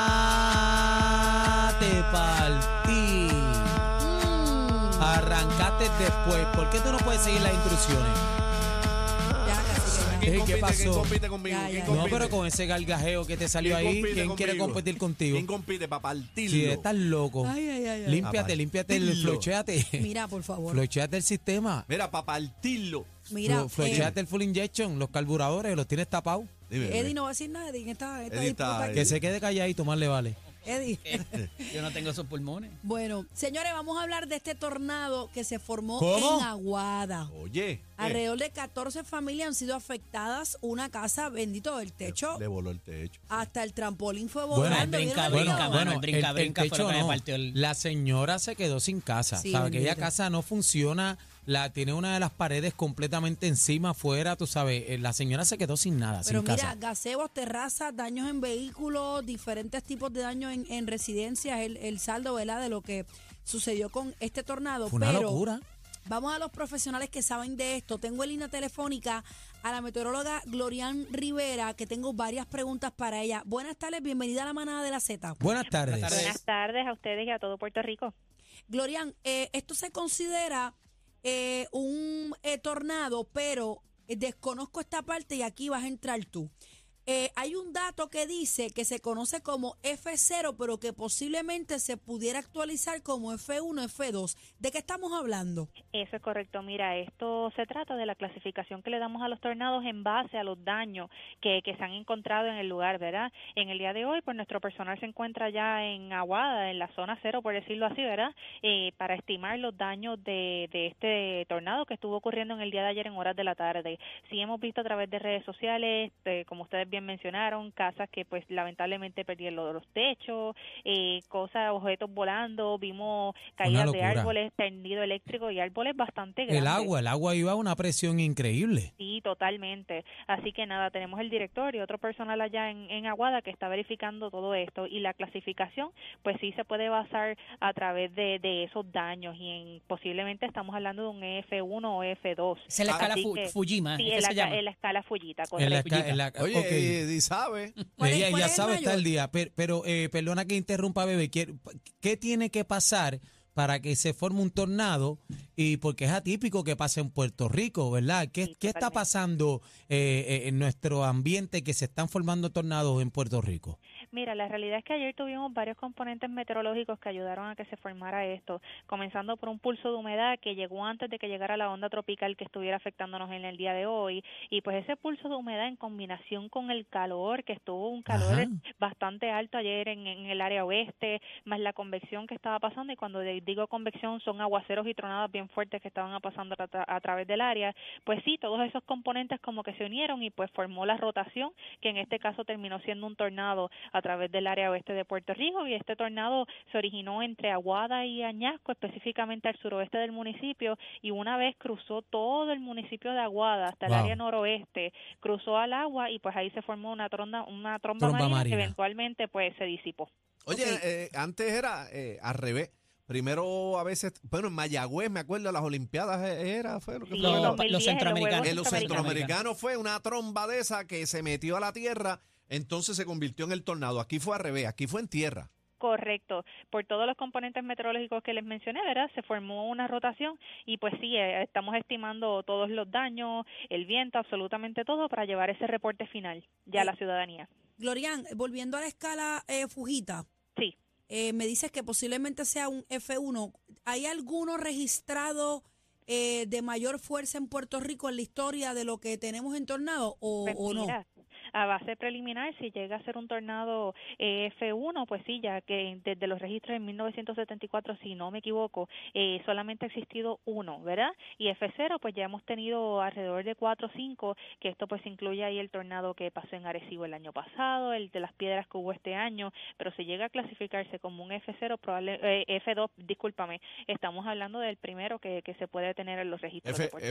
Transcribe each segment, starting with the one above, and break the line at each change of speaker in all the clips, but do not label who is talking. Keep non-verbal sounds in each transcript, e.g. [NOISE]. Mm,
metes después, ¿por qué tú no puedes seguir las instrucciones?
Ya, cacique, ya.
Eh,
¿Quién
¿qué
compite?
pasó?
¿Quién compite conmigo?
Ya, ya.
¿Quién
No,
No,
compite?
pero con ese gargajeo que te salió
¿Quién
ahí,
compite
¿quién quiere
conmigo?
competir contigo?
¿Quién compite para partirlo?
Si estás loco.
Ay, ay, ay, ay.
Límpiate,
Ah,
límpiate,
partirlo.
el- flocheate.
Mira, por favor.
Flocheate el sistema.
Mira, para partirlo.
Mira,
Flo- flocheate el full injection, los carburadores, los tienes tapados.
Dime,
eh,
bebé.
Eddie no va a decir nada. Eddie está,
Eddie está-
Que se quede calladito, más le vale.
Eddie.
Yo no tengo esos pulmones.
Bueno, señores, vamos a hablar de este tornado que se formó
¿Cómo?
en Aguada.
Oye. eh,
Alrededor de 14 familias han sido afectadas. Una casa, bendito, del techo
Le voló el techo.
hasta el trampolín fue
Bueno,
volando. ¿vieron
brinca,
el
brinca,
video?
mano, el brinca, brinca fue
techo
lo que me
no.
partió el-
La señora se quedó sin casa.
Sí,
sabe que ella
bendito.
casa no funciona, la tiene una de las paredes completamente encima, afuera, tú sabes. eh, La señora se quedó sin nada,
Pero
sin
mira,
casa.
gazebos, terrazas, daños en vehículos, diferentes tipos de daños en, en residencias, el, el saldo ¿verdad? de lo que sucedió con este tornado.
Fue una
Pero
locura.
Vamos a los profesionales que saben de esto. Tengo en línea telefónica a la meteoróloga Glorian Rivera, que tengo varias preguntas para ella. Buenas tardes, bienvenida a la manada de la Z.
Buenas tardes.
Buenas tardes.
Buenas tardes a ustedes y a todo Puerto Rico.
Glorian, eh, esto se considera eh, un eh, tornado, pero eh, desconozco esta parte y aquí vas a entrar tú. Eh, hay un dato que dice que se conoce como F0, pero que posiblemente se pudiera actualizar como F1, F2. ¿De qué estamos hablando?
Eso es correcto. Mira, esto se trata de la clasificación que le damos a los tornados en base a los daños que, que se han encontrado en el lugar, ¿verdad? En el día de hoy, pues nuestro personal se encuentra ya en Aguada, en la zona cero, por decirlo así, ¿verdad? Eh, para estimar los daños de, de este tornado que estuvo ocurriendo en el día de ayer en horas de la tarde. Sí hemos visto a través de redes sociales, este, como ustedes bien mencionaron, casas que pues lamentablemente perdieron los techos, eh, cosas, objetos volando, vimos caídas de
locura.
árboles, tendido eléctrico y árboles bastante grandes.
El agua, el agua iba a una presión increíble.
Sí, totalmente. Así que nada, tenemos el director y otro personal allá en, en Aguada que está verificando todo esto y la clasificación, pues sí se puede basar a través de, de esos daños y en, posiblemente estamos hablando de un F1 o F2.
Esa es la escala
Así
Fu-
que-
Fujima.
Sí,
¿qué
en la,
se llama?
ca- en la escala Fullita,
En la
correcto.
ca- en la-
Oye, eh,
ok. [LAUGHS]
Eddie sabe.
¿Cuál es-
Ella
cuál
ya
es el
sabe está
mayor?
el día, per- pero, eh, perdona que interrumpa, bebé. quiero- ¿Qué tiene que pasar para que se forme un tornado? Y porque es atípico que pase en Puerto Rico, ¿verdad? ¿Qué,
Sí,
qué está
totalmente.
pasando eh, eh, en nuestro ambiente que se están formando tornados en Puerto Rico?
Mira, la realidad es que ayer tuvimos varios componentes meteorológicos que ayudaron a que se formara esto, comenzando por un pulso de humedad que llegó antes de que llegara la onda tropical que estuviera afectándonos en el día de hoy, y pues ese pulso de humedad en combinación con el calor, que estuvo un calor
Ajá.
bastante alto ayer en, en el área oeste, más la convección que estaba pasando, y cuando de- digo convección son aguaceros y tronadas bien fuertes que estaban pasando a, tra- a través del área, pues sí, todos esos componentes como que se unieron y pues formó la rotación que en este caso terminó siendo un tornado a través del área oeste de Puerto Rico y este tornado se originó entre Aguada y Añasco, específicamente al suroeste del municipio y una vez cruzó todo el municipio de Aguada hasta
Wow.
el área noroeste, cruzó al agua y pues ahí se formó una tronda, una tromba,
Tromba
marina,
marina.
que eventualmente pues se disipó.
Oye,
Ok.
eh, antes era eh, al revés. Primero, a veces, bueno, en Mayagüez, me acuerdo, las Olimpiadas eh, era, fue lo que
Sí,
fue.
Los-
en
los
2010 en Juegos
centroamericanos.
En los
Centroamericanos.
centroamericanos fue una tromba de esa que se metió a la tierra, entonces se convirtió en el tornado. Aquí fue al revés, aquí fue en tierra.
Correcto, por todos los componentes meteorológicos que les mencioné, ¿verdad? Se formó una rotación y pues sí, eh, estamos estimando todos los daños, el viento, absolutamente todo para llevar ese reporte final ya a la ciudadanía.
Glorian, volviendo a la escala eh, Fujita,
Sí.
eh, me dices que posiblemente sea un F1. ¿Hay alguno registrado eh, de mayor fuerza en Puerto Rico en la historia de lo que tenemos en tornado o,
Pues
o no?
mira, a base preliminar, si llega a ser un tornado eh, F1, pues sí, ya que desde los registros en 1974, si no me equivoco, eh, solamente ha existido uno, ¿verdad? Y F0, pues ya hemos tenido alrededor de cuatro o cinco, que esto pues incluye ahí el tornado que pasó en Arecibo el año pasado, el de las piedras que hubo este año, pero si llega a clasificarse como un F0, probable, eh, F2, discúlpame, estamos hablando del primero que, que se puede tener en los registros. de
F,
Puerto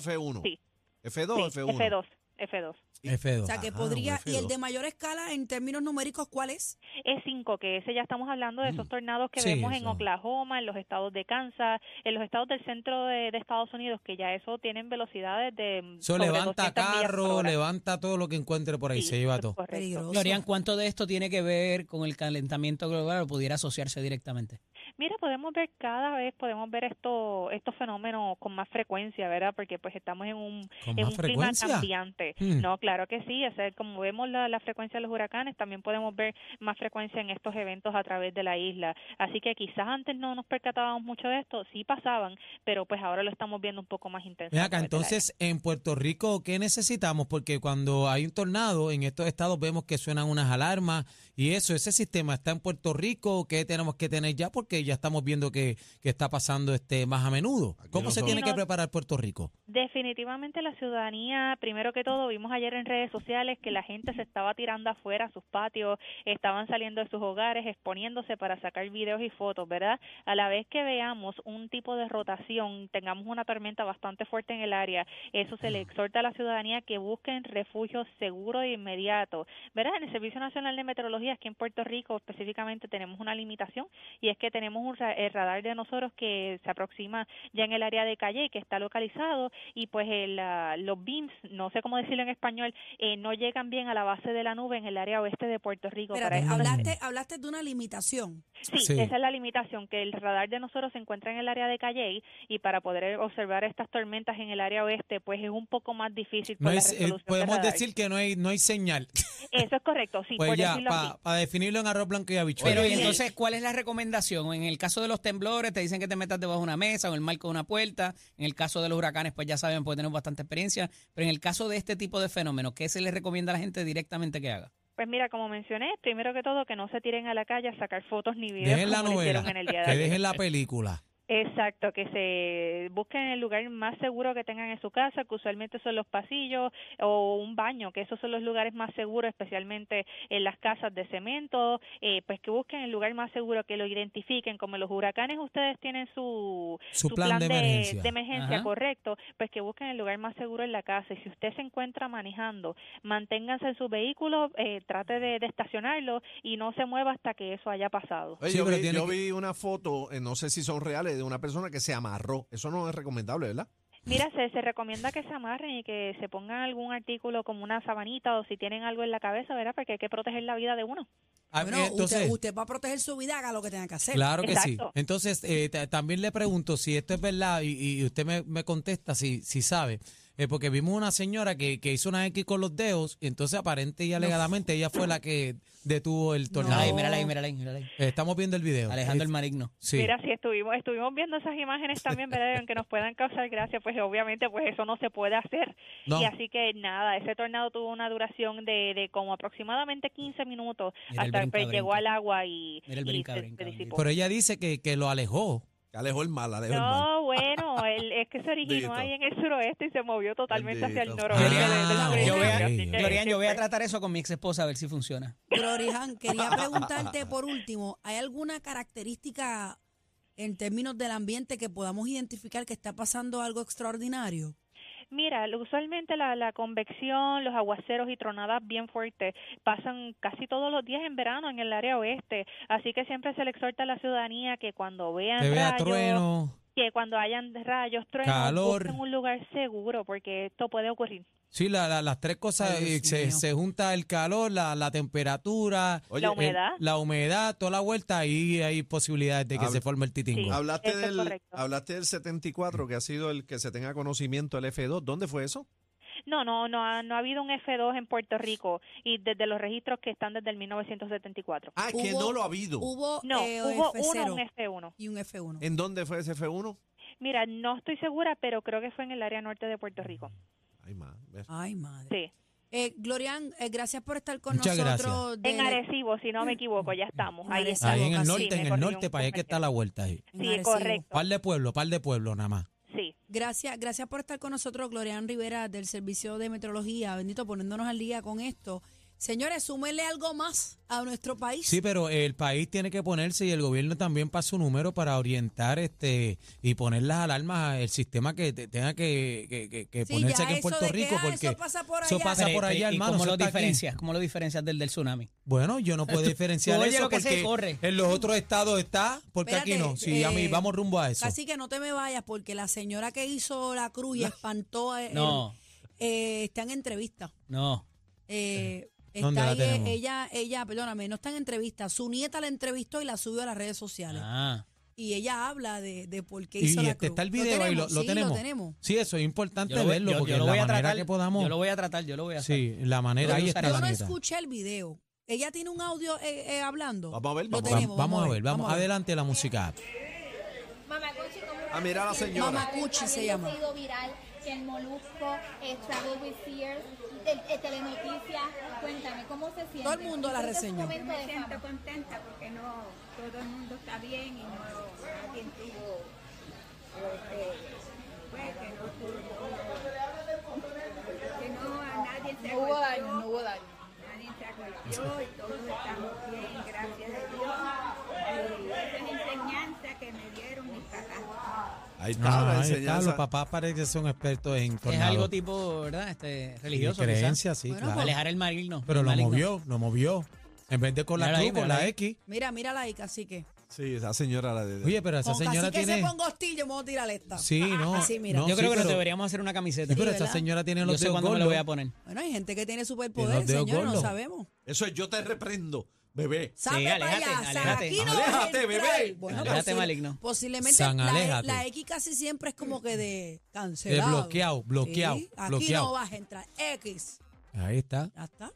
F2 F1.
pues, eh, Sí.
F2
Sí,
F1.
F2, F2.
F2.
O sea, que
Ajá,
podría.
un
¿Y el
F2.
de mayor escala en términos numéricos cuál es?
Es 5, que ese ya estamos hablando de esos tornados que
Mm. Sí,
vemos en
eso.
Oklahoma, en los estados de Kansas, en los estados del centro de, de Estados Unidos, que ya eso tienen velocidades de. mm,
Eso
sobre
levanta
200 millas por
carro,
hora.
levanta todo lo que encuentre por ahí,
Sí,
se lleva
eso es
todo.
correcto.
Peligroso.
Glorian, ¿cuánto de esto tiene que ver con el calentamiento global o pudiera asociarse directamente?
Mira, podemos ver cada vez, podemos ver esto, estos fenómenos con más frecuencia, ¿verdad? Porque pues estamos en un,
¿Con
en
más
un clima
frecuencia?
cambiante.
Hmm.
No, claro que sí. O sea, como vemos la, la frecuencia de los huracanes, también podemos ver más frecuencia en estos eventos a través de la isla. Así que quizás antes no nos percatábamos mucho de esto, sí pasaban, pero pues ahora lo estamos viendo un poco más intenso.
Ven
a
acá,
través de la isla.
entonces en Puerto Rico, ¿qué necesitamos? Porque cuando hay un tornado en estos estados vemos que suenan unas alarmas y eso, ese sistema está en Puerto Rico, ¿qué tenemos que tener ya? Porque ya estamos viendo que, que está pasando este más a menudo.
Aquí
¿Cómo se
nosotros-
tiene que
Sí, no-
preparar Puerto Rico?
Definitivamente la ciudadanía, primero que todo, vimos ayer en redes sociales que la gente se estaba tirando afuera a sus patios, estaban saliendo de sus hogares, exponiéndose para sacar videos y fotos, ¿verdad? A la vez que veamos un tipo de rotación, tengamos una tormenta bastante fuerte en el área, eso se le exhorta a la ciudadanía que busquen refugios seguros e inmediatos. ¿Verdad? En el Servicio Nacional de Meteorología, aquí en Puerto Rico específicamente, tenemos una limitación y es que tenemos un ra- el radar de nosotros que se aproxima ya en el área de calle y que está localizado y pues el, ah, los beams, no sé cómo decirlo en español, eh, no llegan bien a la base de la nube en el área oeste de Puerto Rico.
Espérate,
eso-
hablaste, hablaste de una limitación.
Sí,
Sí.
esa es la limitación, que el radar de nosotros se encuentra en el área de Calley y para poder observar estas tormentas en el área oeste, pues es un poco más difícil.
No
por la
es- eh,
resolución de
podemos
radar.
decir que no hay, no hay señal.
Eso es correcto, sí,
Pues
por
ya,
decirlo así.
para definirlo en arroz blanco y habichuela.
Pero y
Sí.
entonces, ¿cuál es la recomendación? En el caso de los temblores, te dicen que te metas debajo de una mesa o en el marco de una puerta. En el caso de los huracanes, pues ya saben, pues tenemos bastante experiencia. Pero en el caso de este tipo de fenómenos, ¿qué se le recomienda a la gente directamente que haga?
Pues mira, como mencioné, primero que todo, que no se tiren a la calle a sacar fotos ni videos
Dejen la
como lo
novela,
hicieron en el día de
que
ayer.
dejen la película.
Exacto, que se busquen el lugar más seguro que tengan en su casa, que usualmente son los pasillos o un baño, que esos son los lugares más seguros, especialmente en las casas de cemento, eh, pues que busquen el lugar más seguro, que lo identifiquen, como los huracanes ustedes tienen su,
Su plan de emergencia.
emergencia,
Ajá.
correcto, pues que busquen el lugar más seguro en la casa y si usted se encuentra manejando, manténganse en su vehículo, eh, trate de, de estacionarlo y no se mueva hasta que eso haya pasado.
Oye,
Sí,
yo,
pero
vi,
tiene
yo
que-
vi una foto, eh, no sé si son reales, de una persona que se amarró. Eso no es recomendable, ¿verdad?
Mira, se, se recomienda que se amarren y que se pongan algún artículo como una sabanita o si tienen algo en la cabeza, ¿verdad? Porque hay que proteger la vida de uno.
Ah,
Bueno,
eh, entonces,
usted, usted va a proteger su vida, haga lo que tenga que hacer.
Claro que
Exacto.
sí. Entonces, eh, ta- también le pregunto si esto es verdad y, y usted me, me contesta si, si sabe. Eh, porque vimos una señora que, que hizo una X con los dedos, y entonces aparente y alegadamente ella fue la que detuvo el tornado.
Ay, mírala ahí, mírala ahí, mírala ahí.
Eh, estamos viendo el video.
Alejandro
Eh,
el Marigno.
sí.
Mira, si estuvimos estuvimos viendo esas imágenes también, ¿verdad? Aunque nos puedan causar gracia, pues obviamente pues eso no se puede hacer.
No.
Y así que nada, ese tornado tuvo una duración de, de como aproximadamente 15 minutos
Mira el
hasta que
brinca,
pues, llegó
brinca.
al agua y,
Mira el
y
brinca,
se,
brinca,
se
brinca.
disipó.
Pero ella dice que, que lo alejó.
Que alejó el mal, alejó el mal.
No, bueno, el, es que se
Bendito.
originó ahí en el suroeste y se movió totalmente hacia el
Bendito.
noroeste.
Ah,
de- de la
yo
provincia,
voy a-
así que-
Florian, yo voy
que
a
fue-
tratar eso con mi ex esposa a ver si funciona.
Pero, Orihan, quería
[LAUGHS]
preguntarte por último, ¿hay alguna característica en términos del ambiente que podamos identificar que está pasando algo extraordinario?
Mira, lo- usualmente la, la convección, los aguaceros y tronadas bien fuertes pasan casi todos los días en verano en el área oeste, así que siempre se le exhorta a la ciudadanía que cuando vean
Te vea
rayos,
trueno.
que cuando hayan rayos, truenos,
Calor.
busquen un lugar seguro porque esto puede ocurrir.
Sí, la- la- las tres cosas.
Ay, Dios
eh, se,
mío.
se junta el calor, la, la temperatura,
Oye,
el-
la humedad.
la humedad, toda la vuelta. Ahí hay posibilidades de que
Ah,
Habla-
se forme el titingo.
Sí.
Hablaste
Eso es
del,
correcto.
hablaste del 74, que ha sido el que se tenga conocimiento, el F2. ¿Dónde fue eso?
No, no, no ha, no ha habido un F2 en Puerto Rico y desde los registros que están desde el 1974.
Ah, que
Hubo-
no lo ha habido.
Hubo,
No,
eh,
hubo
F0
uno, un F1.
y un F1.
Eh.
¿En dónde fue ese F1?
Mira, no estoy segura, pero creo que fue en el área norte de Puerto Rico.
Ay, ma,
Ah.
ves.
Ay, madre.
Sí.
Eh, Glorian, eh, gracias por estar con
Muchas
nosotros. de-
En Arecibo, si no me equivoco, ya estamos.
En
Ahí
Arecibo,
estamos.
Ahí en el
Sí,
norte,
me
en el
corrigió
norte,
un
para allá que está
compañero.
la vuelta. Ahí.
en
Sí,
Arecibo.
correcto.
Par de pueblo, par de pueblo nada más.
Sí.
Gracias, gracias por estar con nosotros, Glorian Rivera, del Servicio de Meteorología. Bendito, poniéndonos al día con esto. Señores, súmenle algo más a nuestro país.
Sí, pero el país tiene que ponerse y el gobierno también para su número para orientar este y poner las alarmas el sistema que te- tenga que, que- que- que
Sí,
ponerse
ya
aquí en
eso de
Puerto
que,
Rico
ah,
porque
eso pasa por
eso
allá.
pasa
Pero,
por
pero,
allá,
¿y
hermano.
¿Cómo
eso
lo
está aquí.
diferencias? ¿Cómo lo diferencias del del tsunami?
Bueno, yo
[LAUGHS]
no puedo diferenciar
tú oyes
eso
lo que se
porque
corre.
en los otros estados está, porque aquí
Espérate,
no. Sí, a mí
eh,
vamos rumbo a eso.
Así que no te me vayas porque la señora que hizo la cruz y espantó eh, a-
No,
eh, está en entrevista.
no.
Eh,
¿Dónde
está
la
ahí,
tenemos?
ella, ella, perdóname, no está en entrevista. Su nieta la entrevistó y la subió a las redes sociales.
Ah,
y ella habla de, de por qué
Y,
hizo
y
la
este
cruz.
está el video ahí, lo,
sí,
lo tenemos.
tenemos.
Sí, eso es importante
Yo lo voy-
verlo
yo- yo
porque
lo
la
voy a
manera
tratar,
que podamos.
Yo lo voy a tratar, yo lo voy a hacer.
sí, la manera
Yo
ahí
lo
está
usaré.
la
Yo no
neta.
escuché el video. Ella tiene un audio eh, eh, hablando.
Vamos a ver,
Lo
vamos a-
tenemos,
vamos a ver, vamos adelante la música.
A mirar a la señora.
Mamacuchi se llama.
sido viral, que el Molusco, eh, Travel with Sears, el, el Telenoticias. Cuéntame, ¿cómo se siente?
Todo el mundo la reseñó.
Me siento contenta porque no todo el mundo está bien y no alguien tuvo lo que fue que no tuvo que no a nadie se
hubo
golpeó,
daño, no hubo daño.
nadie se golpeó y todos estamos bien, gracias a Dios. Y esa es la enseñanza que me dieron mis papás.
Ahí está
Ah,
la
ahí está, los
enseñanza.
papás parece que son expertos en
Es
tornado.
algo tipo, ¿verdad? Este, religioso.
De
quizás.
creencia, sí,
Bueno,
claro.
pues,
Alejar el maligno.
Pero
el
lo
maligno.
movió, lo movió. En vez de con la
Mírala ahí,
cruz, con
mírala
la
ahí.
X.
Mira, mírala ahí, cacique.
Sí, esa señora la de.
Oye, pero esa
Con
señora
cacique
tiene.
se ponga hostil, yo me voy a tirar esta. Ah,
Sí, no.
Así, mira.
no,
Yo
sí,
creo que nos
pero-
deberíamos hacer una camiseta.
Sí, pero esa
¿verdad?
señora tiene
yo
los
sé
dedos
cuándo me lo
gordos.
voy a poner.
Bueno, hay gente que tiene
Y
superpoderes,
los dedos
señores, no
gordos.
sabemos.
Eso es yo te reprendo, bebé.
Sabe para
aléjate,
allá, San
aléjate.
aquí no
Aléjate,
vas a entrar.
bebé.
Bueno,
Aléjate,
posi-
maligno.
Posiblemente
San,
la,
aléjate.
la X casi siempre es como que de
Eh,
cancelado.
bloqueado, bloqueado,
Sí, aquí no
bloqueado.
vas a entrar. X.
Ahí está.
Ya está.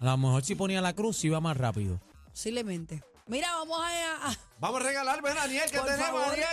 A lo mejor si ponía la cruz iba más rápido.
Posiblemente. Mira, vamos a- a
Vamos a regalar, ve Daniel, que
Por
tenemos,
favor.
Daniela.